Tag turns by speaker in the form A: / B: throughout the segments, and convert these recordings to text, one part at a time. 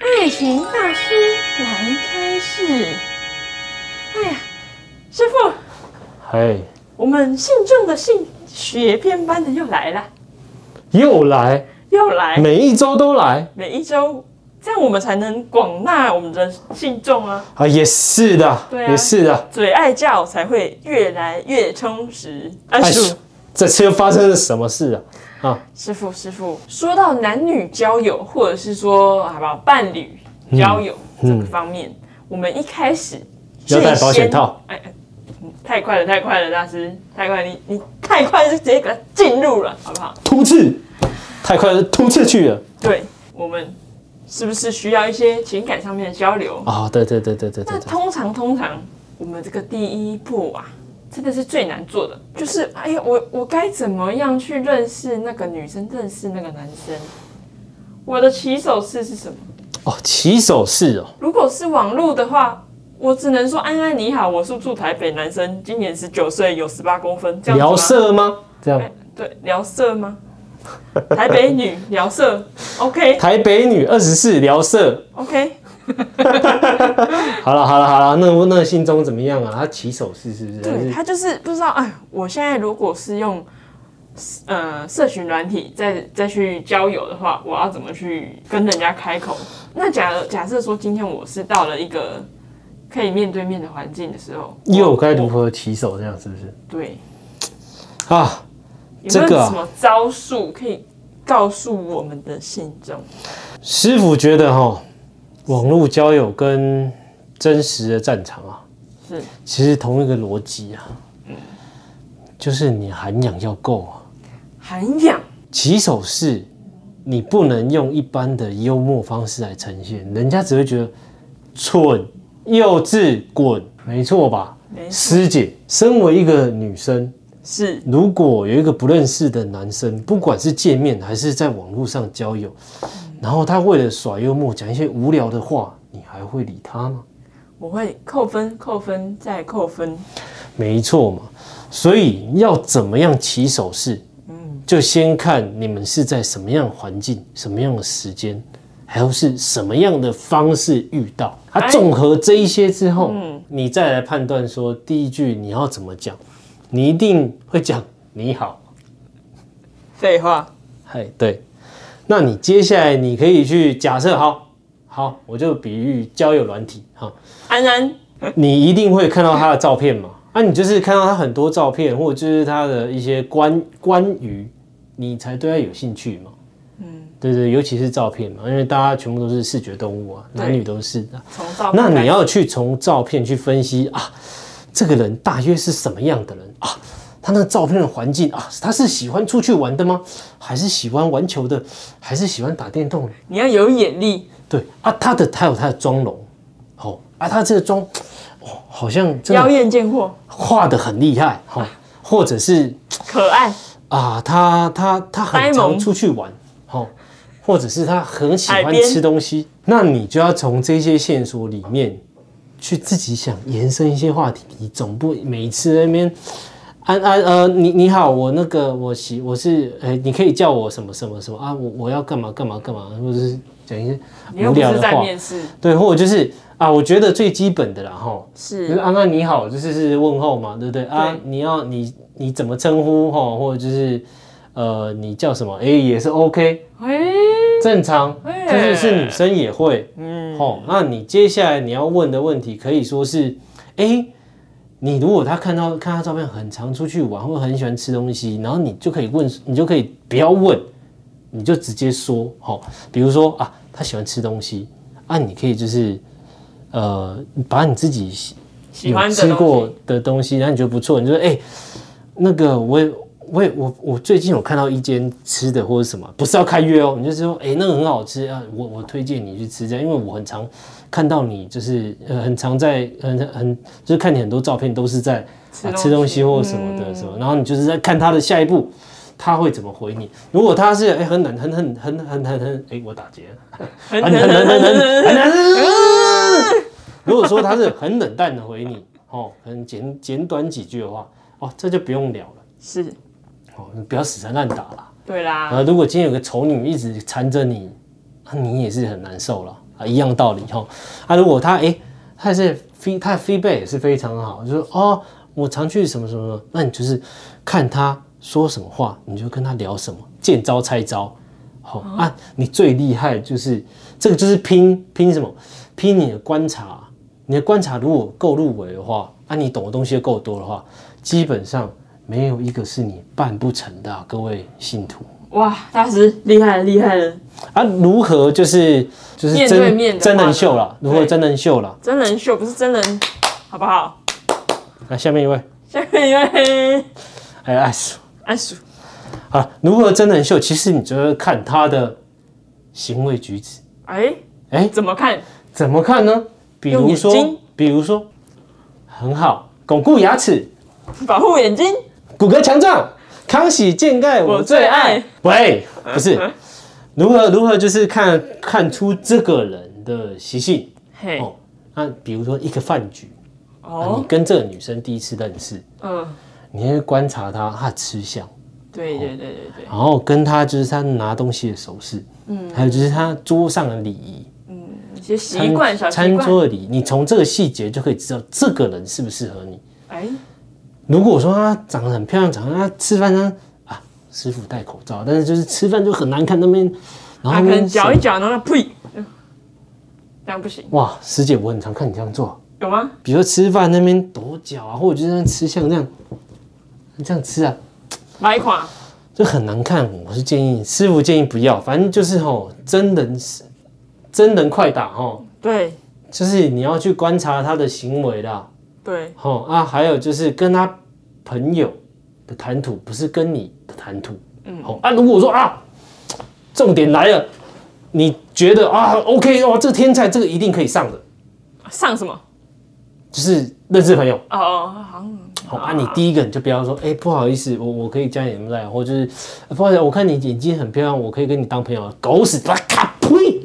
A: 慧琴大师来开示。哎呀，师傅，
B: 哎，
A: 我们信众的信学编班的又来了，
B: 又来，
A: 又来，
B: 每一周都来
A: 每一周，这样我们才能广纳我们的信众啊，
B: 啊，也是的，
A: 对啊
B: 也是的。
A: 嘴爱教才会越来越充实。啊，
B: 哎
A: 师傅，，
B: 这次又发生了什么事啊？啊，
A: 师傅，师傅，说到男女交友，或者是说好不好伴侣交友、
B: 嗯
A: 这个方面，我们一开始
B: 要戴保险
A: 最先
B: 套。
A: 哎，哎嗯太快了，太快了，大师，太快了，你你太快就直接给它进入了，好不好？
B: 突刺，太快了，突刺去了。
A: 对，我们是不是需要一些情感上面的交流？
B: 啊，对对对对对对
A: 那
B: 对，
A: 通常通常我们这个第一步啊，真的是最难做的，就是哎呀，我我该怎么样去认识那个女生，认识那个男生？我的起手式是什么？
B: 哦，起手式哦，
A: 如果是网络的话，我只能说安安你好，我是住台北男生，今年十九岁，有十八公分，这样子吗
B: 聊色吗？这样
A: 哎，对，聊色吗？台北女聊色，OK
B: 台北女二十四聊色。
A: OK，
B: 好了好了好了，那那个信中怎么样啊？他起手式是不是？还
A: 对
B: 是
A: 他就是不知道，哎，我现在如果是用呃社群软体再再去交友的话，我要怎么去跟人家开口？那假假设说今天我是到了一个可以面对面的环境的时候，
B: 又该如何起手？这样是不是？
A: 对，
B: 啊，
A: 有没有
B: 这个啊
A: 什么招数可以告诉我们的信众？
B: 师傅觉得哈，网络交友跟真实的战场啊，
A: 是
B: 其实同一个逻辑啊，就是你涵养要够啊。
A: 涵养
B: 起手式，你不能用一般的幽默方式来呈现，人家只会觉得蠢、幼稚、滚，没错吧
A: 没？错
B: 师姐，身为一个女生，
A: 是
B: 如果有一个不认识的男生，不管是见面还是在网络上交友，然后他为了耍幽默讲一些无聊的话，你还会理他吗？
A: 我会扣分、扣分再扣分，
B: 没错嘛，所以要怎么样起手势，就先看你们是在什么样的环境、什么样的时间，还有是什么样的方式遇到。它
A: 哎
B: 综合这一些之后，你再来判断说第一句你要怎么讲，你一定会讲你好，
A: 废话，
B: 嗨，对。那你接下来你可以去假设，好，好，我就比喻交友软体，好，
A: 安安
B: 你一定会看到他的照片嘛？啊，你就是看到他很多照片，或者就是他的一些关关于，你才对他有兴趣嘛。嗯，对对，尤其是照片嘛，因为大家全部都是视觉动物啊，
A: 对哦
B: 男女都是的。
A: 从照片
B: 那
A: 开
B: 你
A: 始
B: 要去从照片去分析啊，这个人大约是什么样的人啊？他那个照片的环境啊，他是喜欢出去玩的吗？还是喜欢玩球的？还是喜欢打电动的？
A: 你要有眼力，
B: 对啊，他的他有他的妆容，哦啊，他这个妆，哦，好像真的
A: 妖艳贱货，
B: 画的很厉害哈、或者是
A: 可爱，
B: 啊，他他他
A: 呆
B: 很
A: 萌
B: 常出去玩，哈、或者是他很喜
A: 海
B: 欢
A: 边
B: 吃东西，那你就要从这些线索里面去自己想延伸一些话题，你总不每一次在那边。安安，呃，你你好，我那个我喜我是，哎、你可以叫我什么什么什么啊？我我要干嘛干嘛干嘛，或者是讲一些
A: 你又
B: 无
A: 不
B: 聊的
A: 是在
B: 话，
A: 面试，
B: 对，或者就是啊，我觉得最基本的啦，哈，就是
A: 是
B: 安安你好，就是是问候嘛，对不对啊？你要你你怎么称呼哈，或者就是呃你叫什么？哎、也是 OK，
A: 哎，
B: 正常，
A: 哎
B: 就是是女生也会，嗯，哦，那你接下来你要问的问题可以说是，哎、你如果他看到看他照片很常出去玩，或很喜欢吃东西，然后你就可以问，你就可以不要问，你就直接说，哦，比如说啊，他喜欢吃东西，啊，你可以就是，呃，把你自己喜
A: 喜欢
B: 有
A: 的
B: 吃
A: 东西
B: 过的东西，然后你觉得不错，你就说哎、那个我也我也我我最近有看到一间吃的或者什么，不是要开约哦，你就说哎、那个很好吃啊，我我推荐你去吃这样，因为我很常看到你就是呃很常在很很就是看你很多照片都是在、啊、吃东西或什么
A: 嗯
B: 的什么，然后你就是在看他的下一步。他会怎么回你？如果他是哎、很很很很很很很很哎、我打结了，
A: 很
B: 很
A: 很
B: 很
A: 很
B: 很
A: 很
B: 很很
A: 很，
B: 很如果说他是很冷淡的回你，哦，可能简简短几句的话，哦，这就不用聊了，
A: 是
B: 哦，你不要死缠烂打啦。
A: 对啦，
B: 呃啊，如果今天有个丑女一直缠着你，那你也是很难受了。啊，一样道理哈。啊，如果他哎、他是 fee 他的 feedback 也是非常好，就是说哦，我常去什么什么什么，那你就是看他说什么话，你就跟他聊什么，见招拆招。好、啊，你最厉害就是这个，就是拼拼什么？拼你的观察，你的观察如果够入围的话，啊，你懂的东西又够多的话，基本上没有一个是你办不成的啊、各位信徒。
A: 哇，大师厉害了，厉害了！
B: 啊，如何就是就是
A: 面对
B: 真
A: 面的话
B: 真人
A: 呢
B: 秀啦，如何
A: 对
B: 真人秀啦？
A: 真人秀不是真人，好不好？
B: 那、下面一位，
A: 下面一位
B: 哎，艾斯
A: 安叔，
B: 啊，如何真人秀？其实你就是看他的行为举止，
A: 哎
B: 哎
A: 怎么看？
B: 怎么看呢？比
A: 用
B: 如
A: 眼
B: 说
A: 睛，
B: 比如说，很好，巩固牙齿，
A: 保护眼睛，
B: 骨骼强壮，康熙健钙我最爱。喂，不是，如何如何就是看看出这个人的习性
A: 嘿，
B: 哦。那比如说一个饭局，啊、你
A: 哦，
B: 跟这个女生第一次认识，
A: 嗯，
B: 你会观察她她的吃相，
A: 对对对对对，
B: 然后跟她就是她拿东西的手势，嗯，还有就是她桌上的礼仪，
A: 一些习惯小习
B: 餐
A: 惯，
B: 桌的礼仪，你从这个细节就可以知道这个人适不适合你。
A: 哎，
B: 如果说她长得很漂亮，长得她吃饭呢啊，师傅戴口罩，但是就是吃饭就很难看那边，然后
A: 他可
B: 那
A: 能
B: 边
A: 搅一
B: 手
A: 搅，然后呸，嗯这样不行，
B: 哇，师姐我很常看你这样做啊，
A: 有吗？
B: 比如说吃饭那边抖脚啊，或者就是那边吃像这样，你这样吃啊，
A: 来一款，啊
B: 这很难看。我是建议师傅建议不要，反正就是吼、真人真人快打吼、
A: 对
B: 就是你要去观察他的行为啦。
A: 对，
B: 哦啊，还有就是跟他朋友的谈吐，不是跟你的谈吐。嗯，好、啊，如果说啊，重点来了，你觉得啊，OK 哦，这个天才这个一定可以上的，
A: 啊上什么？
B: 就是认识朋友。
A: 哦哦，好像
B: 好、啊，你第一个你就不要说，哎、不好意思，我我可以加你 M 赖，或就是呃不好意思，我看你眼睛很漂亮，我可以跟你当朋友。狗屎，把卡呸！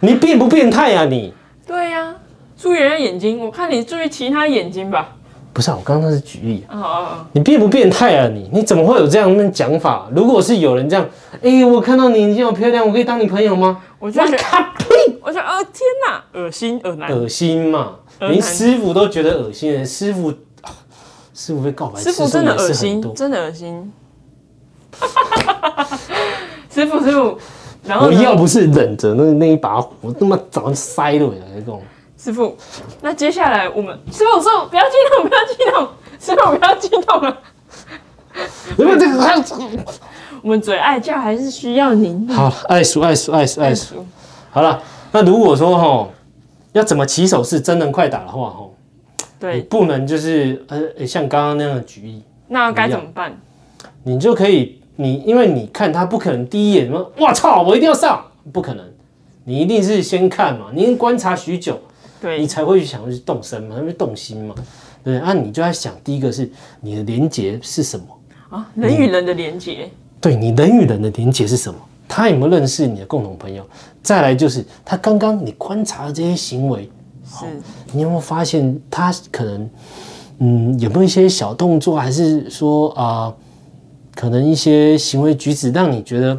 B: 你变不变态啊你？
A: 对呀，注意人家眼睛，我看你注意其他眼睛吧。
B: 不是、啊，我刚刚那是举例、
A: 哦哦
B: 你变不变态啊你？你怎么会有这样的讲法？如果是有人这样，哎、我看到你眼睛好漂亮，我可以当你朋友吗
A: 哦，？我就
B: 哇
A: 觉得，
B: 咔呸！
A: 我就觉得哦天哪，恶心恶男，
B: 恶心嘛，
A: 嗯
B: 连师傅都觉得恶心了，师傅、啊师傅被告白
A: 师
B: 次数
A: 傅
B: 也是
A: 真
B: 很
A: 的
B: 多，
A: 恶心，真的恶心。 师傅，师傅，然后
B: 我
A: 呢
B: 要不是忍着那那一把火，我他妈早就塞了呀！这种
A: 师傅，那接下来我们师傅师傅不要激动，不要激动， 师傅不要激动了。
B: 你们这个还有
A: 我们嘴爱教还是需要您的
B: 好爱叔爱叔爱叔爱叔。
A: 叔。
B: 好了，那如果说吼要怎么起手是真人快打的话吼，你
A: 对，
B: 不能就是呃呃像刚刚那样的举例，
A: 那该怎么办？
B: 你就可以，你因为你看他不可能第一眼说“我操，我一定要上”，不可能，你一定是先看嘛，你一定观察许久，你
A: 对，
B: 才会去想要去动身嘛，才会去动心嘛，对不对？啊，你就在想，第一个是你的连结是什么？
A: 啊，人与人的连接，
B: 对你人与人的连结是什么？他有没有认识你的共同朋友？再来就是他刚刚你观察的这些行为，
A: 是
B: 你有没有发现他可能，嗯，有没有一些小动作，还是说啊、呃可能一些行为举止让你觉得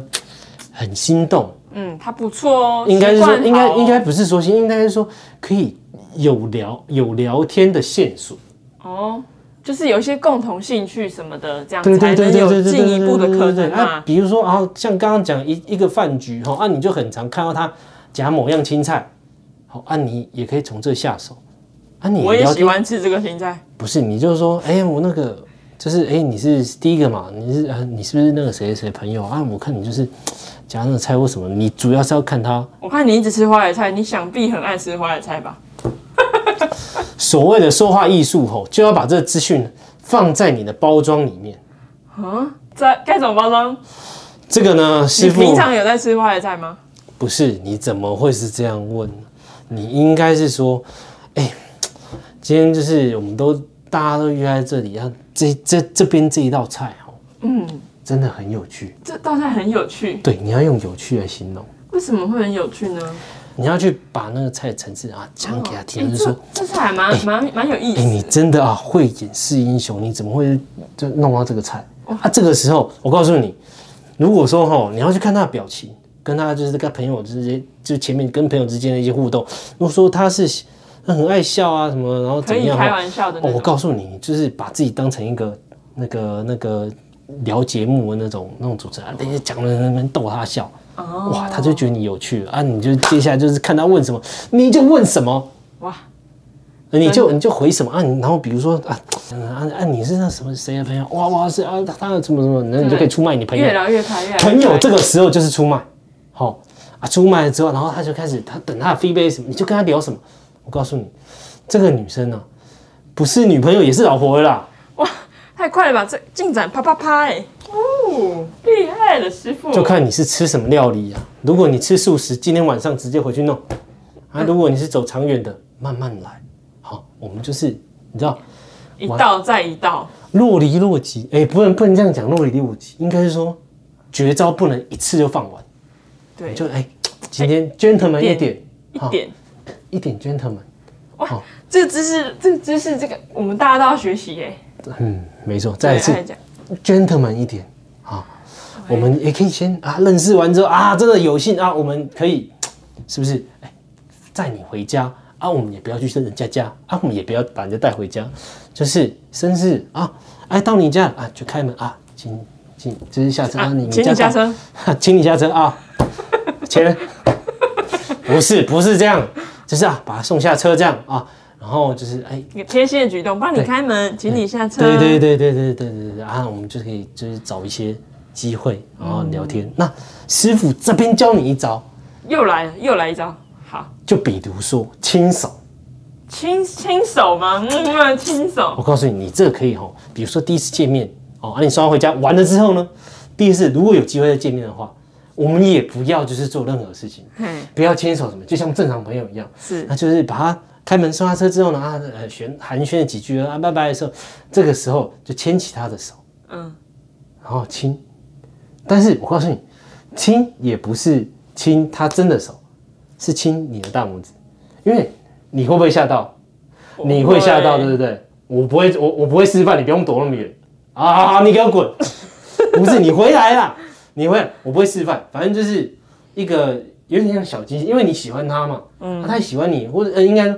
B: 很心动？
A: 嗯，他不错哦，
B: 应该是说，
A: 习惯好哦
B: 应该应该不是说心，应该是说可以有聊有聊天的线索。
A: 哦，就是有一些共同兴趣什么的，这样
B: 对
A: 才
B: 对对
A: 能
B: 对
A: 有
B: 对对
A: 进一步的可
B: 对对对
A: 能
B: 对啊
A: 嘛。
B: 比如说啊，像刚刚讲一一个饭局哈，啊，你就很常看到他夹某样青菜，好啊，你也可以从这下手。啊，你
A: 我也
B: 聊
A: 喜
B: 天
A: 欢吃这个青菜，
B: 不是，你就是说，哎、我那个就是，哎、你是第一个嘛？你是呃，你是不是那个谁谁谁朋友啊？我看你就是夹那个菜或什么，你主要是要看他
A: 我看你一直吃花椰菜，你想必很爱吃花椰菜吧？
B: 所谓的说话艺术吼，就要把这个资讯放在你的包装里面。
A: 啊，这该怎么包装？
B: 这个呢，师
A: 你
B: 傅
A: 平常有在吃花椰菜吗？
B: 不是，你怎么会是这样问呢？你应该是说，哎、今天就是我们都大家都约在这里，啊，这这这边这一道菜哦，
A: 嗯，
B: 真的很有趣。
A: 这道菜很有趣，
B: 对，你要用有趣来形容。
A: 为什么会很有趣呢？
B: 你要去把那个菜的层次啊讲给他听，就是说，
A: 诶这这菜还蛮蛮蛮有意
B: 哎、你
A: 思。
B: 真的啊慧眼识英雄，你怎么会就弄到这个菜？啊，这个时候我告诉你，如果说哈、你要去看他的表情，跟他就是跟朋友之间，就前面跟朋友之间的一些互动，如果说他是他很爱笑啊什么，然后
A: 可
B: 怎么
A: 以
B: 样
A: 开
B: 啊，
A: 玩笑的
B: 哦，我
A: 那种。
B: 告诉你，就是把自己当成一个那个那个聊节目的那种那种主持人，那些讲的人在那边逗他笑，
A: 哦，
B: 哇，他就觉得你有趣啊，你就接下来就是看他问什么，你就问什么。
A: 哇，
B: 你就你就回什么啊？你然后比如说啊嗯啊啊，你是那什么谁的朋友？哇哇是啊，他他怎么怎么，然后你就可以出卖你朋友
A: 越。聊越开，越来越开
B: 朋友这个时候就是出卖，好、啊，出卖了之后，然后他就开始他等他的 feedback 什么，你就跟他聊什么。我告诉你，这个女生呢、啊不是女朋友也是老婆了啦。
A: 太快了吧？这进展啪啪啪哎、哦，厉害了，师傅。
B: 就看你是吃什么料理啊。如果你吃素食，今天晚上直接回去弄啊；如果你是走长远的，慢慢来。好，我们就是你知道
A: 一道再一道，
B: 若离若即，哎、不能不能这样讲若离若即，应该是说绝招不能一次就放完，
A: 对，
B: 就哎、今天 gentleman 一点，
A: 一
B: 好
A: 点。
B: 一点 gentleman，
A: 哇，这个知识，这个知识，这个我们大家都要学习耶、
B: 嗯，没错，
A: 对，哎
B: 再一次
A: 爱讲
B: gentleman 一点，好，我们也可以先啊认识完之后啊，真的有幸啊，我们可以是不是？哎、载你回家啊，我们也不要去人家家啊，我们也不要把人家带回家，就是绅士啊，哎、到你家啊就开门啊，请请，就是下次啊，你们
A: 请
B: 家
A: 你下
B: 到
A: 车。
B: 哈请你下车啊，钱，不是不是这样，就是啊，把他送下车这样啊，然后就是哎，
A: 一个贴心的举动，帮你开门，请你下车。
B: 对对对对对对对对啊，我们就可以就是找一些机会，然后聊天。那师傅这边教你一招，
A: 又来了，又来一招。好，
B: 就比如说清扫，
A: 亲亲手吗？嗯，亲手。
B: 我告诉你，你这个可以哈，比如说第一次见面哦，啊，你送他回家完了之后呢，第一次如果有机会再见面的话，我们也不要就是做任何事情。
A: 嘿，
B: 不要牵手什么，就像正常朋友一样。
A: 是
B: 那就是把他开门送他车之后呢，啊，呃，玄寒暄了几句啊，拜拜的时候，这个时候就牵起他的手，
A: 嗯，
B: 然后亲。但是我告诉你，亲也不是亲他真的手，是亲你的大拇指，因为你会不会吓到？你会吓到，对不对？我不会，我我不会示范，你不用躲那么远。啊，好好你给我滚！ 不是你回来啦，你回来，我不会示范，反正就是一个有点像小惊喜，因为你喜欢他嘛，嗯，他也喜欢你，或者、呃、应该说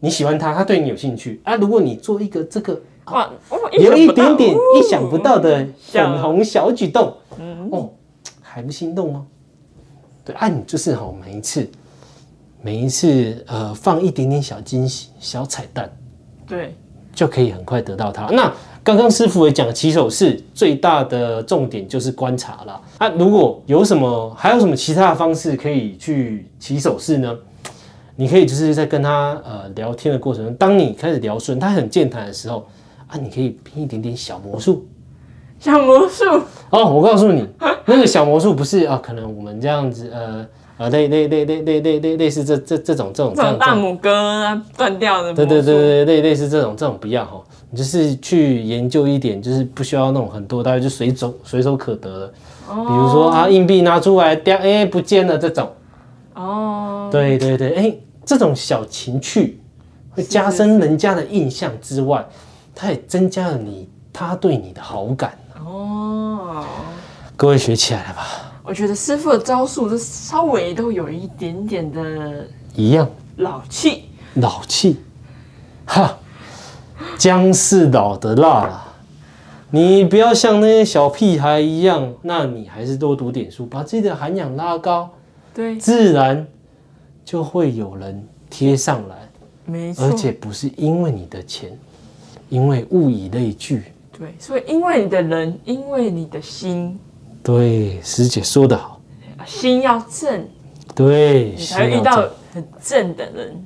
B: 你喜欢他，他对你有兴趣啊。如果你做一个这个
A: 哇，我意想
B: 哦有
A: 不
B: 一
A: 到
B: 点点
A: 哦
B: 意想不到的
A: 小
B: 粉红小举动，哦，还不心动吗？对，啊，你就是哈、每一次，每一次呃，放一点点小惊喜、小彩蛋，
A: 对，
B: 就可以很快得到它。那刚刚师傅也讲，起手式最大的重点就是观察啦。那、如果有什么，还有什么其他的方式可以去起手式呢？你可以就是在跟他呃聊天的过程中，当你开始聊顺，他很健谈的时候啊，你可以拼一点点小魔术。
A: 小魔术，
B: 哦，我告诉你，那个小魔术不是啊，可能我们这样子呃呃类类类类类类类类似这这这种这种
A: 这种大拇哥啊断掉的，
B: 对对对，对，类类似这种这种不要哈，你就是去研究一点，就是不需要那种很多，大家就随手随手可得的。
A: 哦
B: 比如说啊，硬币拿出来掉，哎、不见了这种。
A: 哦，
B: 对对对，哎、这种小情趣会加深人家的印象之外，它也增加了你他对你的好感。啊
A: 哦，
B: 各位学起来了吧？
A: 我觉得师傅的招数这稍微都有一点点的
B: 一样
A: 老气，
B: 老气，哈，姜是老的辣啦。你不要像那些小屁孩一样，那你还是多读点书，把自己的涵养拉高，
A: 对，
B: 自然就会有人贴上来，
A: 没错
B: 而，且不是因为你的钱，因为物以类聚。
A: 对，所以因为你的人，因为你的心，呃
B: 对，师姐说得好，
A: 心要正，
B: 对，
A: 你才会遇
B: 心要
A: 到
B: 正
A: 很正的人。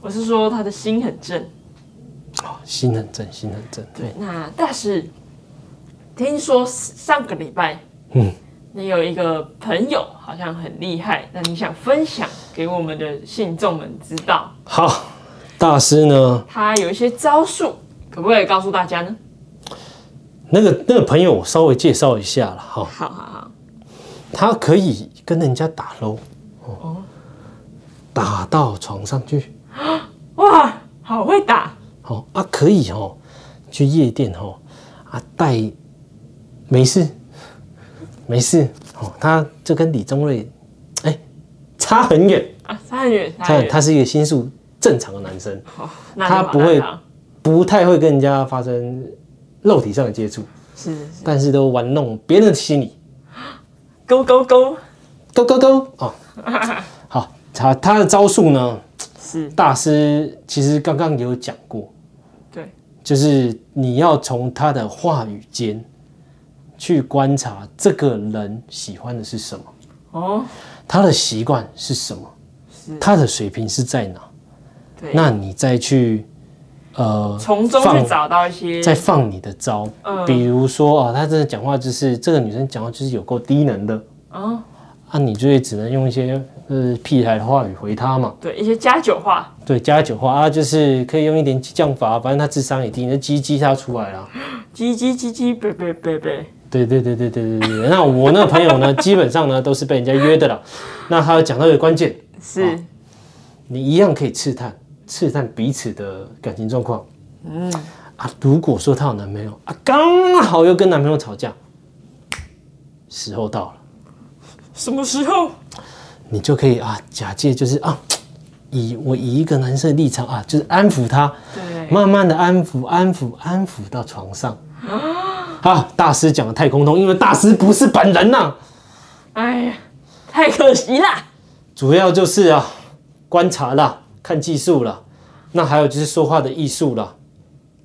A: 我是说他的心很正。
B: 哦心很正，心很正，对，
A: 那但是听说上个礼拜，
B: 嗯，
A: 你有一个朋友好像很厉害，那你想分享给我们的信众们知道，
B: 好，大师呢？
A: 他有一些招数，可不可以告诉大家呢？
B: 那个那个朋友，我稍微介绍一下了哈、
A: 好好好，
B: 他可以跟人家打喽，哦，打到床上去，
A: 哇，好会打，
B: 好、啊，可以哦，去夜店哦，啊带，没事，没事，哦，哦，他这跟李宗瑞，哎，差很远。
A: 啊，差很远，差
B: 他
A: 很远，
B: 他是一个心术正常的男生，
A: 好，那
B: 他
A: 就好
B: 不
A: 那
B: 会
A: 就好
B: 不太会跟人家发生肉体上的接触，
A: 是是是
B: 但是都玩弄别人的心理。
A: ，Go Go Go，
B: Go Go Go！哦，好，他他的招数呢，
A: 是
B: 大师其实刚刚也有讲过，
A: 对，
B: 就是你要从他的话语间去观察这个人喜欢的是什么，
A: 哦，
B: 他的习惯是什么，
A: 是
B: 他的水平是在哪，
A: 对，
B: 那你再去呃
A: 从中
B: 放
A: 去找到一些，
B: 再放你的招，
A: 嗯
B: 比如说啊，他真的讲话就是这个女生讲话就是有够低能的
A: 哦，
B: 啊，你就会只能用一些呃屁孩的话语回他嘛。
A: 对一些加酒话，
B: 对，加酒花啊，就是可以用一点激将法，反正他智商也低，你就激激他出来啦。
A: 叽叽叽叽，贝贝贝贝，
B: 对对对对对对对。那我那个朋友呢， 基本上呢都是被人家约的啦。那他讲到一个关键，
A: 是，
B: 你一样可以刺探刺探彼此的感情状况
A: 嗯，
B: 啊。如果说她有男朋友啊，刚好又跟男朋友吵架，时候到了，
A: 什么时候？
B: 你就可以啊，假借就是啊，以我以一个男生的立场啊，就是安抚他，
A: 对，
B: 慢慢的安抚、安抚、安抚到床上。啊，大师讲的太空通，因为大师不是本人呐、
A: 哎呀，太可惜啦，
B: 主要就是啊，观察啦，看技术啦，那还有就是说话的艺术啦。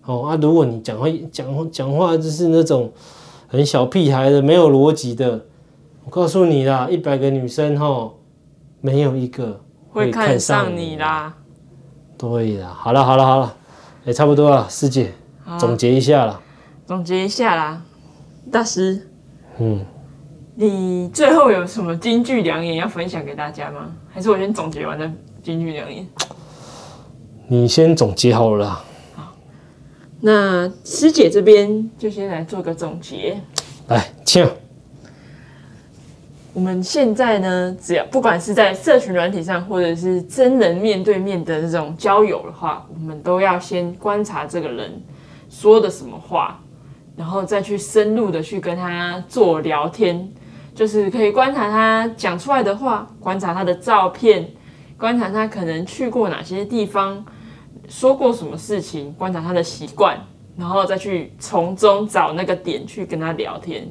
B: 哦啊，如果你讲话讲话讲话就是那种很小屁孩的、没有逻辑的，我告诉你啦，一百个女生吼，没有一个
A: 会看上你。啦。
B: 对啦，好了好了好了，也、差不多了，师姐
A: 好啊
B: 总结一下啦。
A: 总结一下啦，大师，
B: 嗯，
A: 你最后有什么金句良言要分享给大家吗？还是我先总结完再金句良言？
B: 你先总结好了啦。
A: 那师姐这边就先来做个总结。
B: 来，请
A: 我们现在呢，只要不管是在社群软体上，或者是真人面对面的这种交友的话，我们都要先观察这个人说的什么话，然后再去深入的去跟他做聊天，就是可以观察他讲出来的话，观察他的照片，观察他可能去过哪些地方，说过什么事情，观察他的习惯，然后再去从中找那个点去跟他聊天。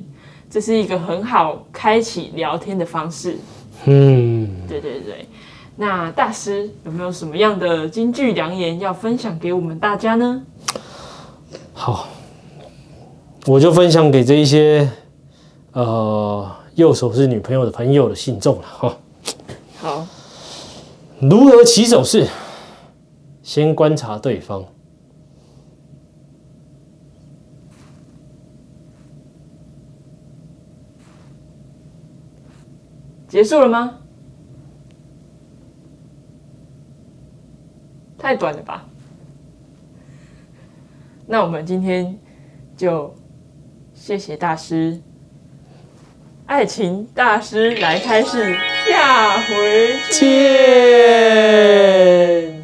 A: 这是一个很好开启聊天的方式。
B: 嗯，
A: 对对对，那大师有没有什么样的金句良言要分享给我们大家呢？
B: 好，我就分享给这一些呃右手是女朋友的朋友的信众了哈。
A: 好，
B: 如何起手是，先观察对方，
A: 结束了吗？太短了吧？那我们今天就谢谢大师，爱情大师来开始，下回见。
B: 见。